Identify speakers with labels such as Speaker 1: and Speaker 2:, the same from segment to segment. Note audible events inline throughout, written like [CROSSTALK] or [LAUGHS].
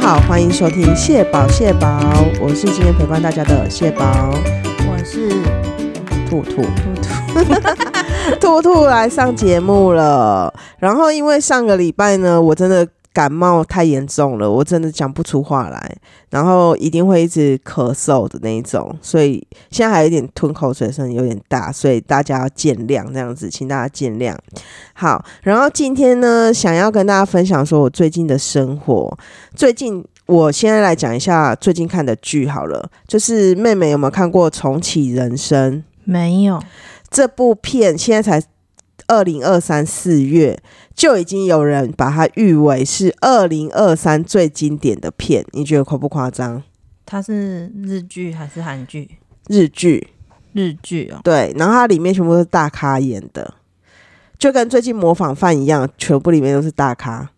Speaker 1: 好，欢迎收听蟹宝蟹宝，我是今天陪伴大家的蟹宝
Speaker 2: 我是
Speaker 1: 兔兔
Speaker 2: 兔兔，
Speaker 1: [LAUGHS] 兔兔来上节目了。然后因为上个礼拜呢，我真的感冒太严重了，我真的讲不出话来，然后一定会一直咳嗽的那一种，所以现在还有点吞口水声有点大，所以大家要见谅这样子，请大家见谅。好，然后今天呢，想要跟大家分享说我最近的生活，最近。我先来讲一下最近看的剧好了，就是妹妹有没有看过《重启人生》？
Speaker 2: 没有，
Speaker 1: 这部片现在才二零二三四月，就已经有人把它誉为是二零二三最经典的片，你觉得夸不夸张？
Speaker 2: 它是日剧还是韩剧？
Speaker 1: 日剧
Speaker 2: 日剧哦，
Speaker 1: 对，然后它里面全部都是大咖演的，就跟最近模仿犯一样，全部里面都是大咖，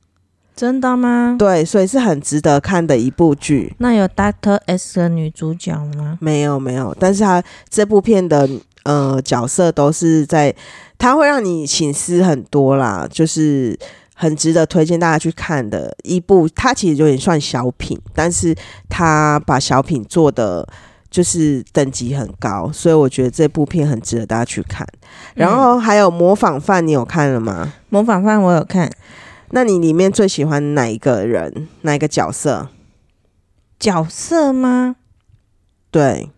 Speaker 2: 真的吗？
Speaker 1: 对，所以是很值得看的一部剧。
Speaker 2: 那有 Doctor S 的女主角吗？
Speaker 1: 没有没有，但是他这部片的呃角色都是在，他会让你醒思很多啦，就是很值得推荐大家去看的一部。它其实有点算小品，但是他把小品做的。就是等级很高，所以我觉得这部片很值得大家去看。然后还有《模仿犯》，你有看了吗？
Speaker 2: 模仿犯我有看，
Speaker 1: 那你里面最喜欢哪一个人，哪一个角色？
Speaker 2: 角色吗？
Speaker 1: 对，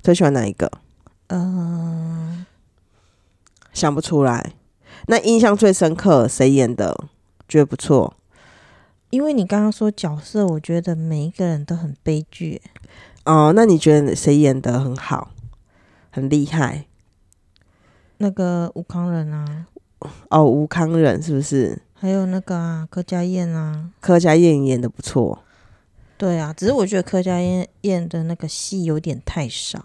Speaker 1: 最喜欢哪一个？
Speaker 2: 呃，
Speaker 1: 想不出来。那印象最深刻谁演的？觉得不错
Speaker 2: 因为你刚刚说角色，我觉得每一个人都很悲剧。
Speaker 1: 哦。那你觉得谁演的很好，很厉害？
Speaker 2: 那个吴康仁啊，
Speaker 1: 哦，吴康仁是不是？
Speaker 2: 还有那个啊柯佳燕啊，
Speaker 1: 柯佳燕演的不错
Speaker 2: 对啊，只是我觉得柯佳燕演的那个戏有点太少。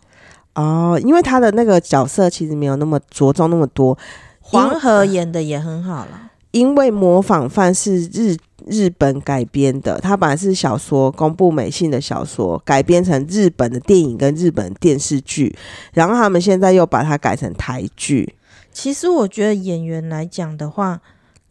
Speaker 1: 哦，因为他的那个角色其实没有那么着重那么多，
Speaker 2: 黄河演的也很好了，
Speaker 1: 因为《模仿犯》是日日本改编的，它本来是小说，宫部美幸的小说改编成日本的电影跟日本电视剧，然后他们现在又把它改成台剧，
Speaker 2: 其实我觉得演员来讲的话，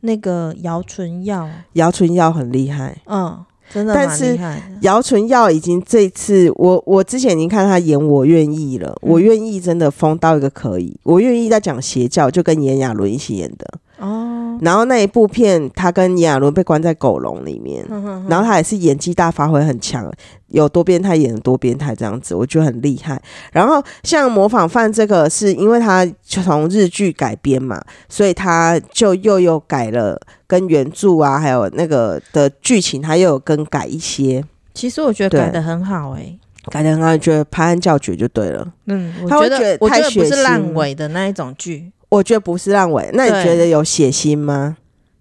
Speaker 2: 那个姚纯耀，
Speaker 1: 姚春耀很厉害。
Speaker 2: 嗯，真的
Speaker 1: 但
Speaker 2: 蛮
Speaker 1: 是
Speaker 2: 厉害的。
Speaker 1: 姚纯耀已经这次，我我之前已经看他演《我愿意》了，
Speaker 2: 嗯
Speaker 1: 我愿意》真的疯到一个可以，《我愿意》在讲邪教，就跟炎亚纶一起演的。
Speaker 2: 哦，
Speaker 1: 然后那一部片，他跟炎亚纶被关在狗笼里面，
Speaker 2: 嗯哼哼哼
Speaker 1: 然后他也是演技大发挥很强，有多变态演多变态这样子，我觉得很厉害。然后像《模仿犯》这个，是因为他从日剧改编嘛，所以他就又有改了跟原著啊，还有那个的剧情，他又有更改一些。
Speaker 2: 其实我觉得改
Speaker 1: 对
Speaker 2: 的很好哎、
Speaker 1: 改得很好，你觉得拍案叫绝就对了。
Speaker 2: 嗯，我
Speaker 1: 他会
Speaker 2: 觉
Speaker 1: 觉
Speaker 2: 得
Speaker 1: 得
Speaker 2: 我觉
Speaker 1: 太
Speaker 2: 得不
Speaker 1: 血腥
Speaker 2: 是烂尾的那一种剧，
Speaker 1: 我觉得不是烂尾，那你
Speaker 2: 对
Speaker 1: 觉得有血腥吗？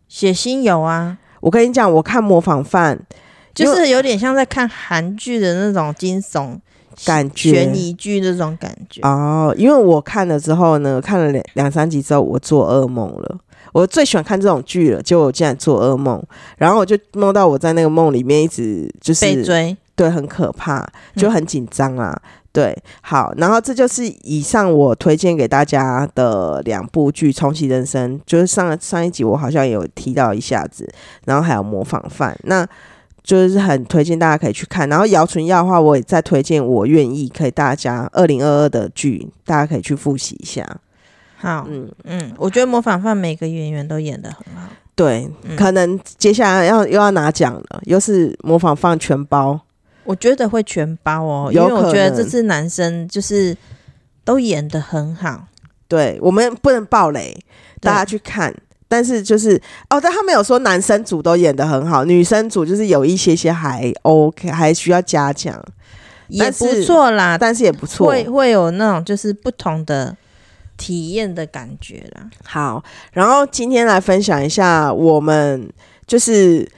Speaker 2: 血腥有啊，
Speaker 1: 我跟你讲，我看《模仿犯》
Speaker 2: 就是有点像在看韩剧的那种惊悚
Speaker 1: 感觉
Speaker 2: 悬疑剧那种感觉。
Speaker 1: 哦，因为我看了之后呢，看了两两三集之后，我做噩梦了。我最喜欢看这种剧了，结果我竟然做噩梦，然后我就梦到我在那个梦里面一直就是
Speaker 2: 被追，
Speaker 1: 对，很可怕，就很紧张啦。对，好，然后这就是以上我推荐给大家的两部剧《重启人生》，就是上上一集我好像有提到一下子，然后还有《模仿犯》，那就是很推荐大家可以去看。然后姚纯耀的话，我也再推荐《我愿意》，可以大家二零二二的剧，大家可以去复习一下。
Speaker 2: 好，
Speaker 1: 嗯，
Speaker 2: 嗯，我觉得模仿犯每个演员都演的很好，
Speaker 1: 对，
Speaker 2: 嗯
Speaker 1: 可能接下来要又要拿奖了，又是《模仿犯》全包。
Speaker 2: 我觉得会全包哦，因
Speaker 1: 有
Speaker 2: 为我
Speaker 1: 可
Speaker 2: 觉得这
Speaker 1: 能
Speaker 2: 次男生就是都演的很好，
Speaker 1: 对我们不能爆雷，
Speaker 2: 对
Speaker 1: 大家去看。但是就是哦，但他们有说男生组都演得很好，女生组就是有一些些还 OK，还需要加强，
Speaker 2: 也
Speaker 1: 但
Speaker 2: 不
Speaker 1: 是
Speaker 2: 错啦，
Speaker 1: 但是也不错。
Speaker 2: 会会有那种就是不同的体验的感觉啦。
Speaker 1: 好，然后今天来分享一下我们就是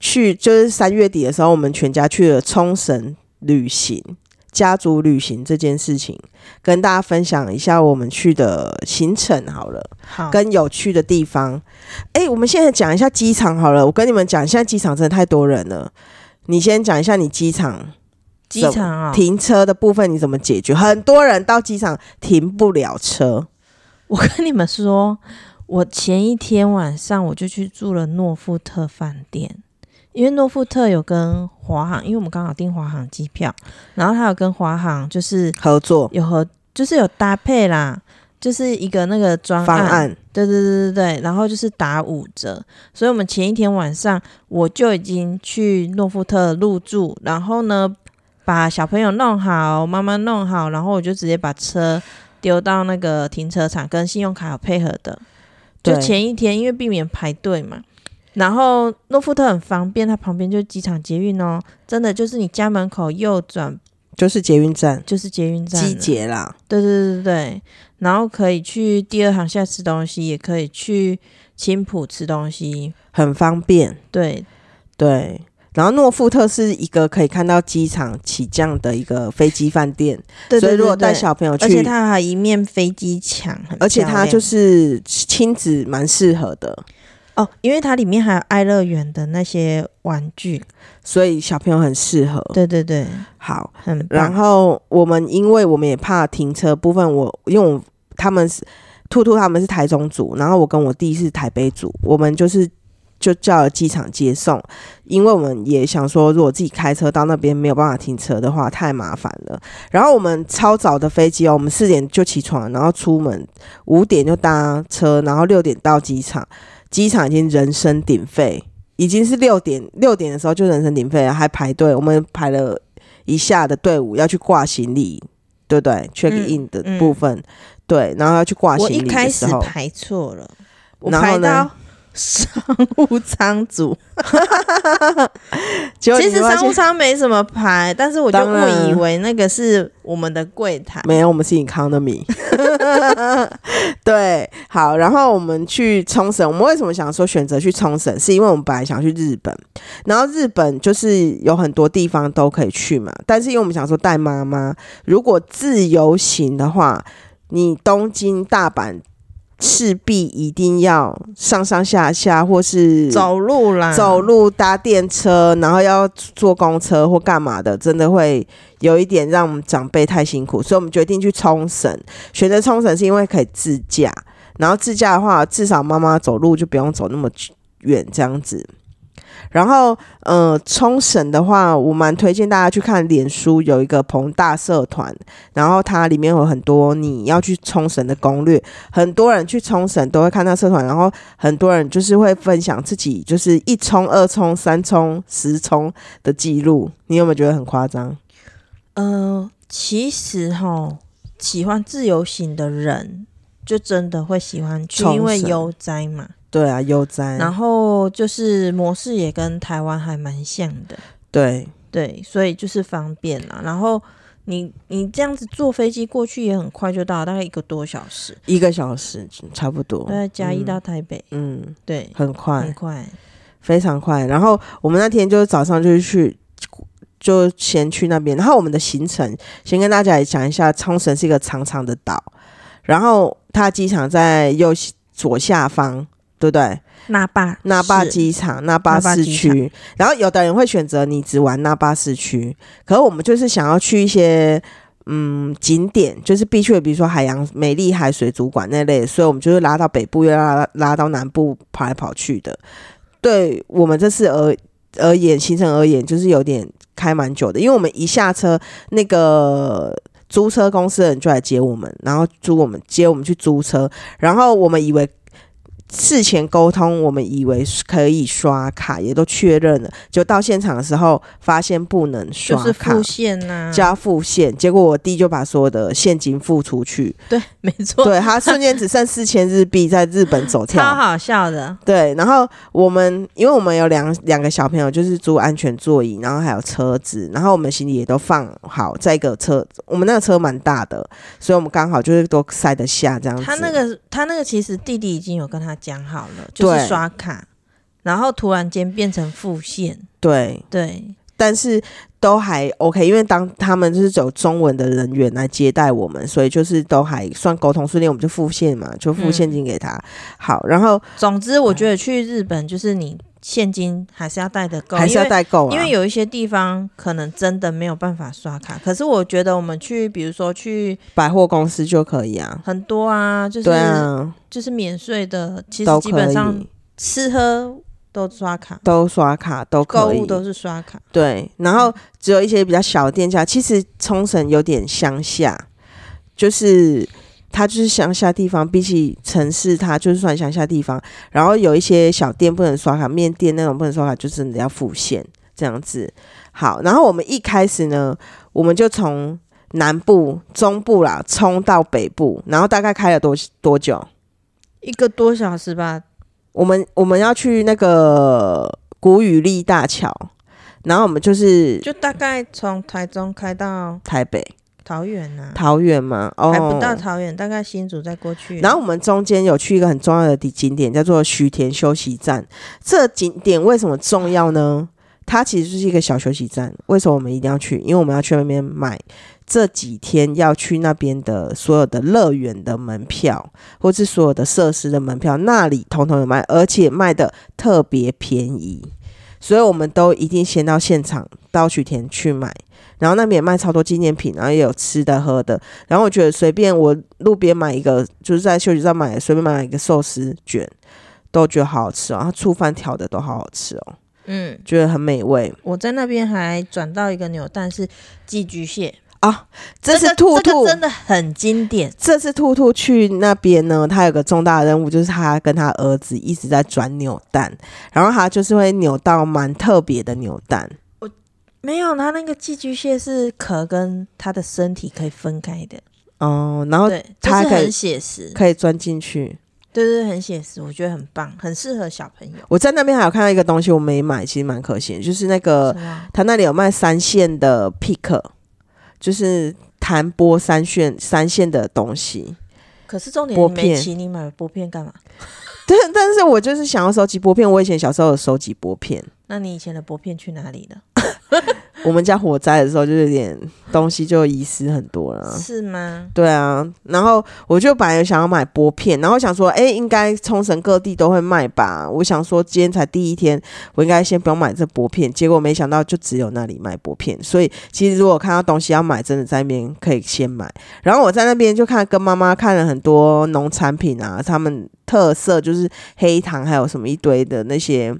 Speaker 1: 去就是三月底的时候，我们全家去了冲绳旅行，家族旅行这件事情，跟大家分享一下我们去的行程好了。
Speaker 2: 好，
Speaker 1: 跟有趣的地方。哎、我们现在讲一下机场好了。我跟你们讲，现在机场真的太多人了。你先讲一下你机场
Speaker 2: 机场啊、
Speaker 1: 停车的部分你怎么解决？很多人到机场停不了车，
Speaker 2: 我跟你们说，我前一天晚上我就去住了诺富特饭店，因为诺富特有跟华航，因为我们刚好订华航机票，然后他有跟华航就是
Speaker 1: 合作
Speaker 2: 有和就是有搭配啦，就是一个那个专
Speaker 1: 方案，
Speaker 2: 对对对对对，然后就是打五折，所以我们前一天晚上我就已经去诺富特入住，然后呢把小朋友弄好，妈妈弄好，然后我就直接把车丢到那个停车场，跟信用卡有配合的，就
Speaker 1: 对
Speaker 2: 前一天因为避免排队嘛。然后诺富特很方便，它旁边就是机场捷运哦，真的就是你家门口右转
Speaker 1: 就是捷运站
Speaker 2: 就是捷运站了，
Speaker 1: 机捷啦，
Speaker 2: 对对对对对，然后可以去第二行下吃东西，也可以去青浦吃东西。
Speaker 1: 很方便。
Speaker 2: 对
Speaker 1: 对，然后诺富特是一个可以看到机场起降的一个飞机饭店，
Speaker 2: 对对对
Speaker 1: 所以如果带
Speaker 2: 对
Speaker 1: 小朋友去，
Speaker 2: 而且它还有一面飞机墙，很
Speaker 1: 而且
Speaker 2: 漂
Speaker 1: 它
Speaker 2: 亮
Speaker 1: 就是亲子蛮适合的，
Speaker 2: 哦，因为它里面还有爱乐园的那些玩具。
Speaker 1: 所以小朋友很适合。
Speaker 2: 对对对，
Speaker 1: 好，
Speaker 2: 很
Speaker 1: 然
Speaker 2: 棒。
Speaker 1: 后我们因为我们也怕停车部分我，因为我他们是兔兔他们是台中组，然后我跟我弟是台北组，我们就是就叫了机场接送，因为我们也想说，如果自己开车到那边没有办法停车的话，太麻烦了。然后我们超早的飞机哦，我们四点就起床，然后出门五点就搭车，然后六点到机场，机场已经人声鼎沸。已经是六点，六点的时候就人声鼎沸了，还排队。我们排了一下的队伍要去挂行李，对不对？check in 的
Speaker 2: 嗯
Speaker 1: 部分，对，然后要去挂行
Speaker 2: 我
Speaker 1: 李
Speaker 2: 一
Speaker 1: 的
Speaker 2: 开
Speaker 1: 时
Speaker 2: 始
Speaker 1: 候
Speaker 2: 排错了，我
Speaker 1: 然
Speaker 2: 排
Speaker 1: 后呢
Speaker 2: 到商务
Speaker 1: [LAUGHS]
Speaker 2: 舱组。
Speaker 1: 结果
Speaker 2: 其
Speaker 1: 你
Speaker 2: 实
Speaker 1: 发
Speaker 2: 商务
Speaker 1: 现
Speaker 2: 舱没什么排，但是我就
Speaker 1: 当然
Speaker 2: 误以为那个是我们的柜台。
Speaker 1: 没有，我们是 economy。对，好，然后我们去冲绳。我们为什么想说选择去冲绳？是因为我们本来想去日本，然后日本就是有很多地方都可以去嘛。但是因为我们想说带妈妈，如果自由行的话，你东京、大阪势必一定要上上下下，或是
Speaker 2: 走路啦，
Speaker 1: 走路搭电车，然后要坐公车或干嘛的，真的会有一点让我们长辈太辛苦，所以我们决定去冲绳。选择冲绳是因为可以自驾，然后自驾的话，至少妈妈走路就不用走那么远这样子。然后，呃，冲绳的话，我蛮推荐大家去看脸书有一个彭大社团，然后它里面有很多你要去冲绳的攻略，很多人去冲绳都会看到社团，然后很多人就是会分享自己就是一冲、二冲、三冲、十冲的记录，你有没有觉得很夸张？
Speaker 2: 呃，其实哈，喜欢自由行的人就真的会喜欢去，
Speaker 1: 冲
Speaker 2: 因为
Speaker 1: 绳
Speaker 2: 悠哉嘛。
Speaker 1: 对啊，悠哉，
Speaker 2: 然后就是模式也跟台湾还蛮像的，
Speaker 1: 对啊
Speaker 2: 对，所以就是方便啦。然后你你这样子坐飞机过去也很快就到，大概一个多小时，
Speaker 1: 一个小时差不多
Speaker 2: 大，概嘉义到台北，
Speaker 1: 哦嗯，
Speaker 2: 对，
Speaker 1: 很
Speaker 2: 很
Speaker 1: 快，
Speaker 2: 快。
Speaker 1: 非常快。然后我们那天就是早上就是去。就先去那边，然后我们的行程先跟大家也讲一下，冲绳是一个长长的岛，然后它机场在右左下方，对不对？
Speaker 2: 那霸
Speaker 1: 那霸
Speaker 2: 是
Speaker 1: 机场、那霸市
Speaker 2: 那霸
Speaker 1: 区，然后有的人会选择你只玩那霸市区，可是我们就是想要去一些嗯景点，就是必去的，比如说海洋美丽海水族馆那类，所以我们就是拉到北部，又拉拉到南部跑来跑去的。对我们这次而而言，行程而言，就是有点开蛮久的，因为我们一下车，那个租车公司的人就来接我们，然后租我们接我们去租车，然后我们以为事前沟通，我们以为是可以刷卡，也都确认了，就到现场的时候发现不能刷
Speaker 2: 就是嗯
Speaker 1: 卡。
Speaker 2: 复线啊呐、
Speaker 1: 加付现，结果我弟就把所有的现金付出去，
Speaker 2: 对，没错，
Speaker 1: 对
Speaker 2: [LAUGHS]
Speaker 1: 他瞬间只剩四千日币在日本走跳，
Speaker 2: 超好笑的。
Speaker 1: 对，然后我们因为我们有两两个小朋友，就是租安全座椅，然后还有车子，然后我们行李也都放好在一个车，我们那个车蛮大的，所以我们刚好就是都塞得下这样子。
Speaker 2: 他那个他那个其实弟弟已经有跟他讲好了，就是
Speaker 1: 对
Speaker 2: 刷卡，然后突然间变成付现，
Speaker 1: 对，
Speaker 2: 对
Speaker 1: 但是都还 OK，因为当他们就是走中文的人员来接待我们，所以就是都还算沟通顺利，我们就付现嘛，就付
Speaker 2: 嗯
Speaker 1: 现金给他。好，然后
Speaker 2: 总之我觉得去日本就是你现金还是要带的够，
Speaker 1: 还是要代购啊，
Speaker 2: 因为，因为有一些地方可能真的没有办法刷卡，可是我觉得我们去，比如说去
Speaker 1: 百货公司就可以啊，
Speaker 2: 很多啊，就是、
Speaker 1: 对啊，
Speaker 2: 就是免税的，其
Speaker 1: 都
Speaker 2: 实基
Speaker 1: 可
Speaker 2: 本上
Speaker 1: 以。
Speaker 2: 吃喝都刷卡，
Speaker 1: 都刷卡都
Speaker 2: 购
Speaker 1: 可以
Speaker 2: 物，都是刷卡。
Speaker 1: 对，然后只有一些比较小的店家，其实冲绳有点乡下，就是它就是乡下地方，比起城市它就是算乡下地方。然后有一些小店不能刷卡，面店那种不能刷卡，就真的要付现这样子。好，然后我们一开始呢，我们就从南部、中部啦冲到北部，然后大概开了多多久？
Speaker 2: 一个多小时吧，
Speaker 1: 我们我们要去那个古雨力大桥，然后我们就是
Speaker 2: 就大概从台中开到
Speaker 1: 台北。
Speaker 2: 桃园啊呐、
Speaker 1: 桃园嘛，哦，
Speaker 2: 还不到桃园，大概新竹再过去。
Speaker 1: 然后我们中间有去一个很重要的景点，叫做徐田休息站。这景点为什么重要呢？它其实就是一个小休息站。为什么我们一定要去？因为我们要去那边买这几天要去那边的所有的乐园的门票，或是所有的设施的门票，那里统统有卖，而且卖的特别便宜。所以我们都一定先到现场，到许田去买，然后那边也卖超多纪念品，然后也有吃的喝的，然后我觉得随便我路边买一个，就是在休息站买的，随便买一个寿司卷，都觉得好好吃哦。它醋饭调的都好好吃哦，
Speaker 2: 嗯，
Speaker 1: 觉得很美味
Speaker 2: 我在那边还转到一个扭蛋是寄居蟹，
Speaker 1: 啊。这
Speaker 2: 个
Speaker 1: 次兔
Speaker 2: 这
Speaker 1: 兔，
Speaker 2: 个真的很经典。
Speaker 1: 这次兔兔去那边呢，他有个重大的任务，就是他跟他儿子一直在转扭蛋，然后他就是会扭到蛮特别的扭蛋。
Speaker 2: 没有，它那个寄居蟹是壳跟它的身体可以分开的，
Speaker 1: 哦，然后
Speaker 2: 对，就
Speaker 1: 它
Speaker 2: 是
Speaker 1: 可以
Speaker 2: 很写实，
Speaker 1: 可以钻进去。
Speaker 2: 对对，对很写实，我觉得很棒，很适合小朋友。
Speaker 1: 我在那边还有看到一个东西，我没买，其实蛮可惜的，就是那个
Speaker 2: 是吗
Speaker 1: 他那里有卖三线的 pick，就是弹拨三线三线的东西。
Speaker 2: 可是重点
Speaker 1: 拨
Speaker 2: 你
Speaker 1: 片
Speaker 2: 没骑，你买拨片干嘛？
Speaker 1: 但但是我就是想要收集拨片，我以前小时候有收集拨片。
Speaker 2: 那你以前的拨片去哪里了？
Speaker 1: 我们家火灾的时候，就有点东西就遗失很多了。
Speaker 2: 是吗？
Speaker 1: 对啊，然后我就本来想要买拨片，然后想说，哎，应该冲绳各地都会卖吧。我想说今天才第一天，我应该先不用买这拨片。结果没想到就只有那里卖拨片，所以其实如果看到东西要买，真的在那边可以先买。然后我在那边就看跟妈妈看了很多农产品啊，他们特色就是黑糖，还有什么一堆的那些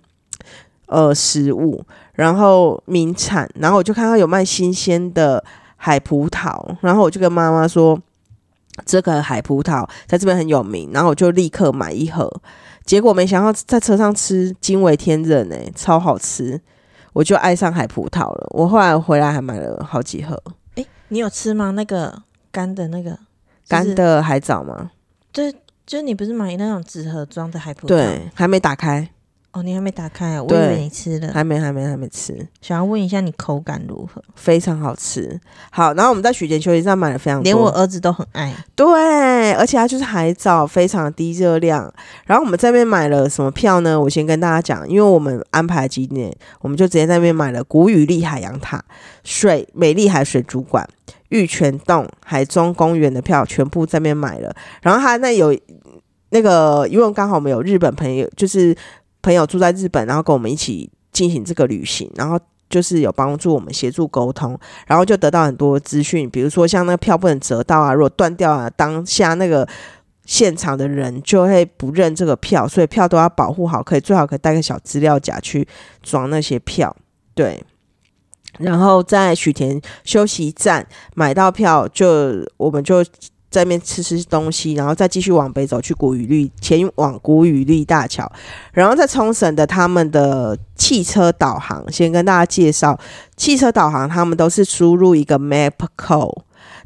Speaker 1: 呃食物，然后名产，然后我就看到有卖新鲜的海葡萄，然后我就跟妈妈说。这个海葡萄在这边很有名，然后我就立刻买一盒，结果没想到在车上吃惊为天人哎、超好吃，我就爱上海葡萄了。我后来回来还买了好几盒，
Speaker 2: 哎，你有吃吗？那个干的那个
Speaker 1: 干，的海藻吗？
Speaker 2: 就是就是你不是买那种纸盒装的海葡萄？
Speaker 1: 对，还没打开，
Speaker 2: 哦，你还没打开啊？我以
Speaker 1: 对
Speaker 2: 为你吃了。
Speaker 1: 还没，还没，还没吃，
Speaker 2: 想要问一下你口感如何？
Speaker 1: 非常好吃。好，然后我们在许田休息站买了非常多，
Speaker 2: 连我儿子都很
Speaker 1: 啊
Speaker 2: 爱。
Speaker 1: 对，而且它就是海藻，非常低热量。然后我们这边买了什么票呢？我先跟大家讲，因为我们安排几点，我们就直接在那边买了古雨丽海洋塔、水美丽海水族馆、玉泉洞、海中公园的票，全部在那边买了。然后它那有那个，因为刚好我们有日本朋友，就是朋友住在日本，然后跟我们一起进行这个旅行，然后。就是有帮助我们协助沟通，然后就得到很多资讯，比如说像那个票不能折到啊，如果断掉啊，当下那个现场的人就会不认这个票，所以票都要保护好，可以最好可以带个小资料夹去嗯装那些票，对。然后在许田休息站买到票就，我们就在那边吃吃东西，然后再继续往北走去古雨绿，前往古雨绿大桥，然后在冲绳的他们的汽车导航，先跟大家介绍，汽车导航他们都是输入一个 map code，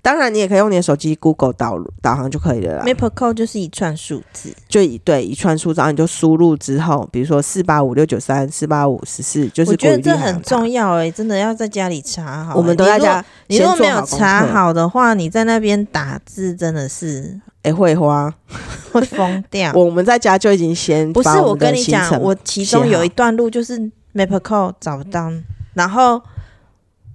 Speaker 1: 当然你也可以用你的手机 Google 导导航就可以了啦。
Speaker 2: Maple Code 就是一串数字，
Speaker 1: 就一对一串数字，然后你就输入之后，比如说四八五六九三四八五十四，就是
Speaker 2: 我觉得
Speaker 1: 国语
Speaker 2: 这
Speaker 1: 立行
Speaker 2: 很
Speaker 1: 卡
Speaker 2: 重要哎、真的要在家里查好欸、
Speaker 1: 我们都在家
Speaker 2: 你如果，你如果没
Speaker 1: 先做好
Speaker 2: 有
Speaker 1: 功课
Speaker 2: 查好的话，你在那边打字真的是
Speaker 1: 哎、会花。
Speaker 2: 会疯
Speaker 1: [LAUGHS]
Speaker 2: 掉。
Speaker 1: 我们在家就已经先
Speaker 2: 不是
Speaker 1: 把
Speaker 2: 我
Speaker 1: 们的
Speaker 2: 跟你
Speaker 1: 行
Speaker 2: 讲，
Speaker 1: 程
Speaker 2: 我其中
Speaker 1: 写好
Speaker 2: 有一段路就是 Maple Code 找不到，然后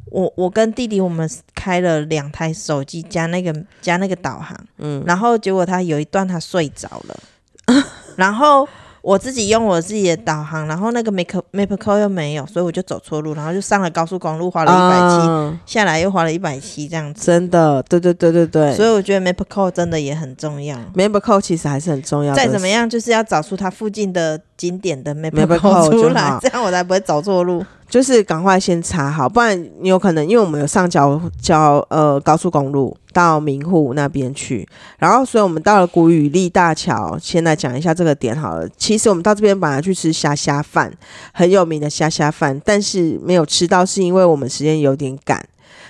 Speaker 2: 我我跟弟弟我们开了两台手机加那个加那个导航，
Speaker 1: 嗯 [LAUGHS]
Speaker 2: 然后结果他有一段他睡着了，然后我自己用我自己的导航，然后那个 Map Map Call 又没有，所以我就走错路，然后就上了高速公路，花了一百七，
Speaker 1: 嗯
Speaker 2: 下来又花了一百七这样子。
Speaker 1: 啊真的，对对对对对，
Speaker 2: 所以我觉得 Map Call 真的也很重要。
Speaker 1: member code 其实还是很重要的。
Speaker 2: 再怎么样，就是要找出它附近的景点的 Map
Speaker 1: Map
Speaker 2: Call
Speaker 1: Call
Speaker 2: 出
Speaker 1: 就
Speaker 2: 来
Speaker 1: 好，
Speaker 2: 这样我才不会走错路。
Speaker 1: 就是赶快先查好，不然你有可能，因为我们有上交交呃高速公路到明户那边去，然后所以我们到了古雨利大桥，先来讲一下这个点好了。其实我们到这边本来去吃虾虾饭，很有名的虾虾饭，但是没有吃到，是因为我们时间有点赶，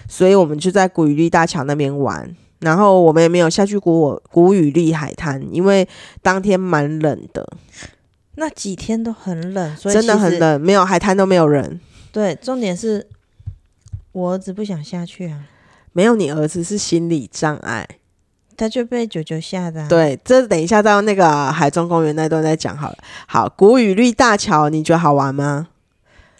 Speaker 1: 所以我们就在古雨利大桥那边玩。然后我们也没有下去古古雨利海滩，因为当天蛮冷的，
Speaker 2: 那几天都很冷，所以
Speaker 1: 真的
Speaker 2: 其实
Speaker 1: 很。冷，没有海滩都没有人。
Speaker 2: 对，重点是我儿子不想下去啊，
Speaker 1: 没有你儿子是心理障碍，
Speaker 2: 他就被九九吓的、啊。，
Speaker 1: 对，这等一下到那个海中公园那段再讲好了。好，古雨绿大桥你觉得好玩吗？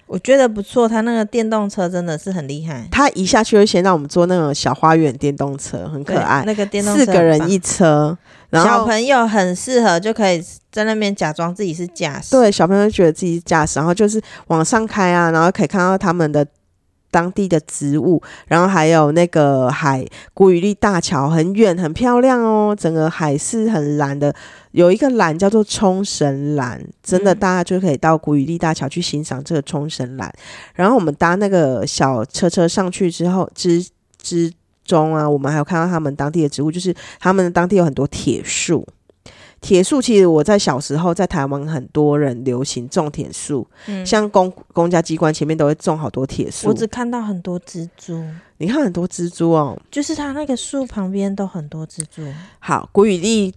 Speaker 2: 我觉得不错，他那个电动车真的是很厉害，
Speaker 1: 他一下去就先让我们坐那种小花园电动车，很可
Speaker 2: 对
Speaker 1: 爱，
Speaker 2: 那个电动车
Speaker 1: 四个
Speaker 2: 很
Speaker 1: 人
Speaker 2: 棒
Speaker 1: 一车，然
Speaker 2: 小
Speaker 1: 后
Speaker 2: 朋友很适合，就可以在那边假装自己是驾驶。，
Speaker 1: 对小朋友觉得自己是驾驶，然后就是往上开啊，然后可以看到他们的。当地的植物，然后还有那个海古雨绿大桥，很远很漂亮哦，整个海是很蓝的，有一个蓝叫做冲绳蓝，真的
Speaker 2: 嗯
Speaker 1: 大家就可以到古雨利大桥去欣赏这个冲绳蓝。然后我们搭那个小车车上去之后之之中啊，我们还有看到他们当地的植物，就是他们当地有很多铁树。铁树其实我在小时候在台湾很多人流行种铁树，
Speaker 2: 嗯，
Speaker 1: 像公公家机关前面都会种好多铁树
Speaker 2: 我。只看到很多蜘蛛，
Speaker 1: 你看很多蜘蛛哦，
Speaker 2: 就是它那个树旁边都很多蜘蛛。
Speaker 1: 好，古雨丽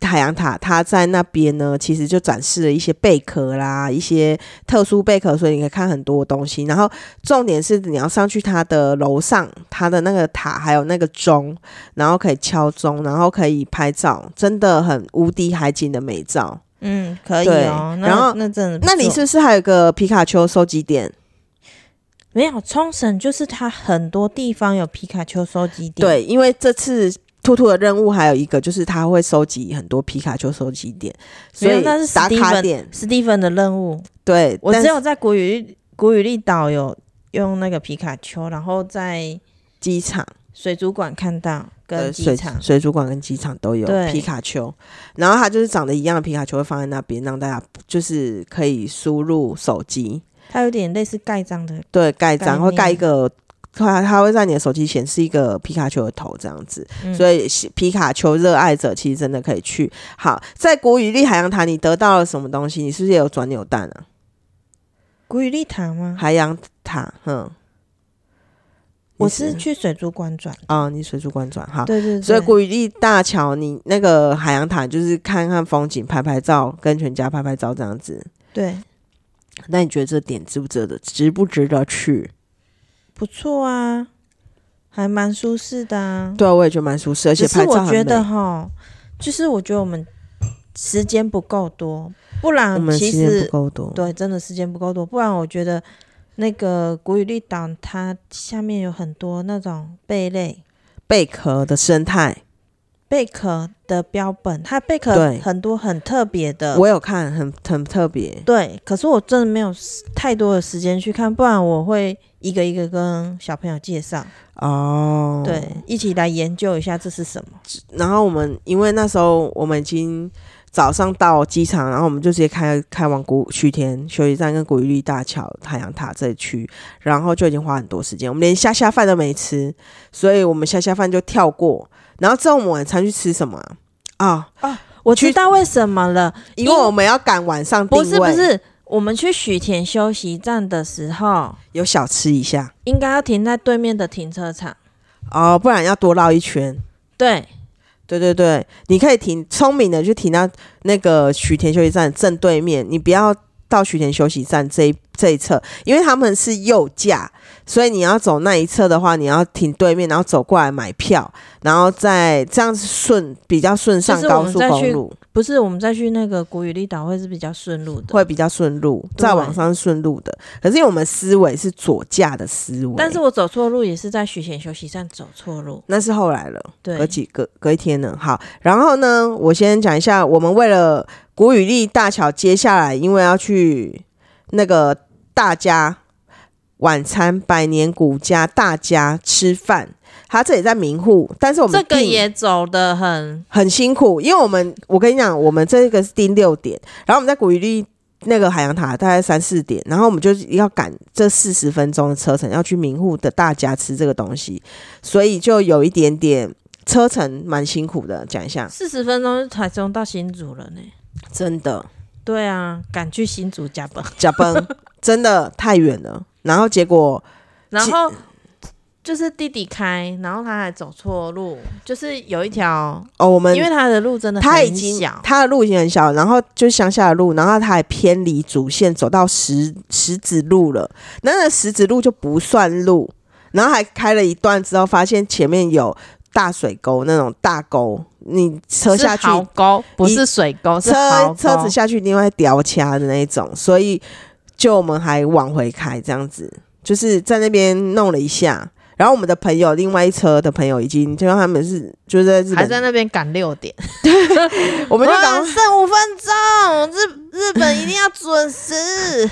Speaker 1: 海洋塔，它在那边呢，其实就展示了一些贝壳啦，一些特殊贝壳，所以你可以看很多东西。然后重点是你要上去它的楼上，它的那个塔，还有那个钟，然后可以敲钟，然后可以拍照，真的很无敌海景的美照。
Speaker 2: 嗯，可以
Speaker 1: 对
Speaker 2: 哦。那
Speaker 1: 然后
Speaker 2: 那真的不错，
Speaker 1: 那你是不是还有个皮卡丘收集点？
Speaker 2: 没有冲绳，就是它很多地方有皮卡丘收集点。，
Speaker 1: 对，因为这次。兔兔的任务还有一个就是他会收集很多皮卡丘收集点，所
Speaker 2: 没有
Speaker 1: 以
Speaker 2: 那是
Speaker 1: 打卡
Speaker 2: Steven
Speaker 1: 点
Speaker 2: 史蒂芬的任务，
Speaker 1: 对，
Speaker 2: 我
Speaker 1: 但
Speaker 2: 只
Speaker 1: 是
Speaker 2: 有在古语古语力岛有用那个皮卡丘，然后在
Speaker 1: 机场。
Speaker 2: 水族馆看到跟
Speaker 1: 呃，
Speaker 2: 机
Speaker 1: 水
Speaker 2: 场。
Speaker 1: 水族馆跟机场都有
Speaker 2: 对
Speaker 1: 皮卡丘，然后它就是长得一样的皮卡丘会放在那边，让大家就是可以输入手机，
Speaker 2: 它有点类似盖章的，
Speaker 1: 对，盖
Speaker 2: 概
Speaker 1: 章
Speaker 2: 念
Speaker 1: 会盖一个，它它会在你的手机显示一个皮卡丘的头这样子，
Speaker 2: 嗯
Speaker 1: 所以喜皮卡丘热爱者其实真的可以去。好，在国语力海洋塔你得到了什么东西？你是不是也有转扭蛋啊？
Speaker 2: 古语力塔吗？
Speaker 1: 海洋塔，嗯，
Speaker 2: 我
Speaker 1: 你
Speaker 2: 是去水族馆转，
Speaker 1: 啊、你水族馆转好。
Speaker 2: 对对对，
Speaker 1: 所以古雨利大桥，你那个海洋塔就是看看风景、拍拍照，跟全家拍拍照这样子。
Speaker 2: 对
Speaker 1: 那你觉得这点值不值得？值不值得去？
Speaker 2: 不错啊，还蛮舒适的啊。
Speaker 1: 对啊，我也觉得蛮舒适，而且
Speaker 2: 只是
Speaker 1: 拍照
Speaker 2: 我
Speaker 1: 很
Speaker 2: 觉得
Speaker 1: 美。
Speaker 2: 哈，就是我觉得我们时间不够多，不然
Speaker 1: 我们
Speaker 2: 嗯其
Speaker 1: 时间
Speaker 2: 实
Speaker 1: 不够多，
Speaker 2: 对，真的时间不够多，不然我觉得那个古语力岛它下面有很多那种贝类。
Speaker 1: 贝壳的生态
Speaker 2: 贝壳的标本，它贝壳
Speaker 1: 对
Speaker 2: 很多很特别的，
Speaker 1: 我有看，很很特别。
Speaker 2: 对。可是我真的没有太多的时间去看，不然我会一个一个跟小朋友介绍，
Speaker 1: 哦，
Speaker 2: 对，一起来研究一下这是什么。
Speaker 1: 然后我们因为那时候我们已经早上到机场，然后我们就直接开开往古曲田休息站跟古玉绿大桥、太阳塔这一区，然后就已经花很多时间，我们连下下饭都没吃，所以我们下下饭就跳过。然后之后我们晚餐去吃什么啊？啊
Speaker 2: 我知道为什么了，
Speaker 1: 因为我们要赶晚上定
Speaker 2: 不
Speaker 1: 位，
Speaker 2: 是不是，我们去许田休息站的时候，
Speaker 1: 有小吃一下
Speaker 2: 应该要停在对面的停车场。
Speaker 1: 哦，不然要多绕一圈。
Speaker 2: 对，
Speaker 1: 对对对，你可以停，聪明的就停到那个许田休息站正对面，你不要到许田休息站这一这一侧，因为他们是右驾，所以你要走那一侧的话，你要停对面，然后走过来买票，然后再这样子顺比较顺上
Speaker 2: 就是我
Speaker 1: 高
Speaker 2: 们
Speaker 1: 速
Speaker 2: 再
Speaker 1: 公
Speaker 2: 去
Speaker 1: 路，
Speaker 2: 不是我们再去那个国语力岛会是比较顺路的，
Speaker 1: 会比较顺路，
Speaker 2: 对
Speaker 1: 再往上顺路的。可是因为我们思维是左驾的思维，
Speaker 2: 但是我走错路也是在许田休息站走错路。
Speaker 1: 那是后来了。
Speaker 2: 对
Speaker 1: 隔，几隔隔一天呢？好，然后呢，我先讲一下，我们为了古雨丽大桥接下来因为要去那个大家晚餐百年古家大家吃饭，他这里在明户，但是我们
Speaker 2: 这个
Speaker 1: 订
Speaker 2: 也走的很
Speaker 1: 很辛苦，因为我们我跟你讲，我们这个是第六点，然后我们在古雨丽那个海洋塔大概三四点，然后我们就要赶这四十分钟的车程要去明户的大家吃这个东西，所以就有一点点车程蛮辛苦的，讲一下，
Speaker 2: 四十分钟就台中到新竹了呢。
Speaker 1: 真的
Speaker 2: 对啊，赶去新竹加班，
Speaker 1: 假崩 [LAUGHS] 真的太远了，然后结果
Speaker 2: 然后就是弟弟开，然后他还走错路，就是有一条，
Speaker 1: 哦我们
Speaker 2: 因为他的路真的
Speaker 1: 他已
Speaker 2: 很
Speaker 1: 经
Speaker 2: 小，
Speaker 1: 他的路已经很小，然后就是乡下的路，然后他还偏离主线，走到石石子路了。那那石子路就不算路，然后还开了一段之后，发现前面有大水沟那种大沟，你车下去
Speaker 2: 是壕沟，不
Speaker 1: 一
Speaker 2: 是水沟，是壕
Speaker 1: 车
Speaker 2: 沟
Speaker 1: 车子下去一定会掉掐的那一种，所以就我们还往回开这样子，就是在那边弄了一下。然后我们的朋友，另外一车的朋友已经，就他们是就在日
Speaker 2: 还
Speaker 1: 本，
Speaker 2: 在那边赶六点，
Speaker 1: 我
Speaker 2: 我
Speaker 1: 们就赶快
Speaker 2: 剩五分钟，日日本一定要准时。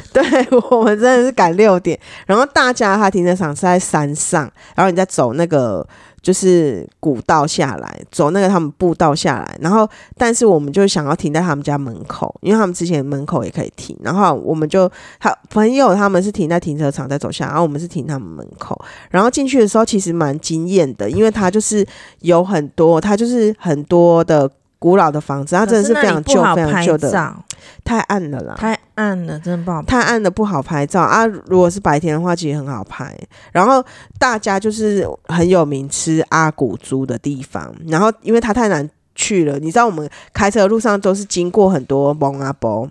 Speaker 1: [LAUGHS] 对我们真的是赶六点，然后大家他停车场是在山上，然后你再走那个就是古道下来，走那个他们步道下来，然后但是我们就想要停在他们家门口，因为他们之前门口也可以停，然后我们就他朋友他们是停在停车场再走下来，然后我们是停他们门口，然后进去的时候其实蛮惊艳的，因为它就是有很多，它就是很多的古老的房子，它啊真的是
Speaker 2: 可
Speaker 1: 非
Speaker 2: 那里
Speaker 1: 常
Speaker 2: 不
Speaker 1: 旧
Speaker 2: 好
Speaker 1: 非常
Speaker 2: 拍
Speaker 1: 旧的，啊
Speaker 2: 照
Speaker 1: 太暗了啦，
Speaker 2: 太暗了，真的不好拍。
Speaker 1: 太暗的不好拍照啊。如果是白天的话，其实很好拍。然后大家就是很有名吃阿古猪的地方，然后因为它太难去了，你知道我们开车的路上都是经过很多蒙阿波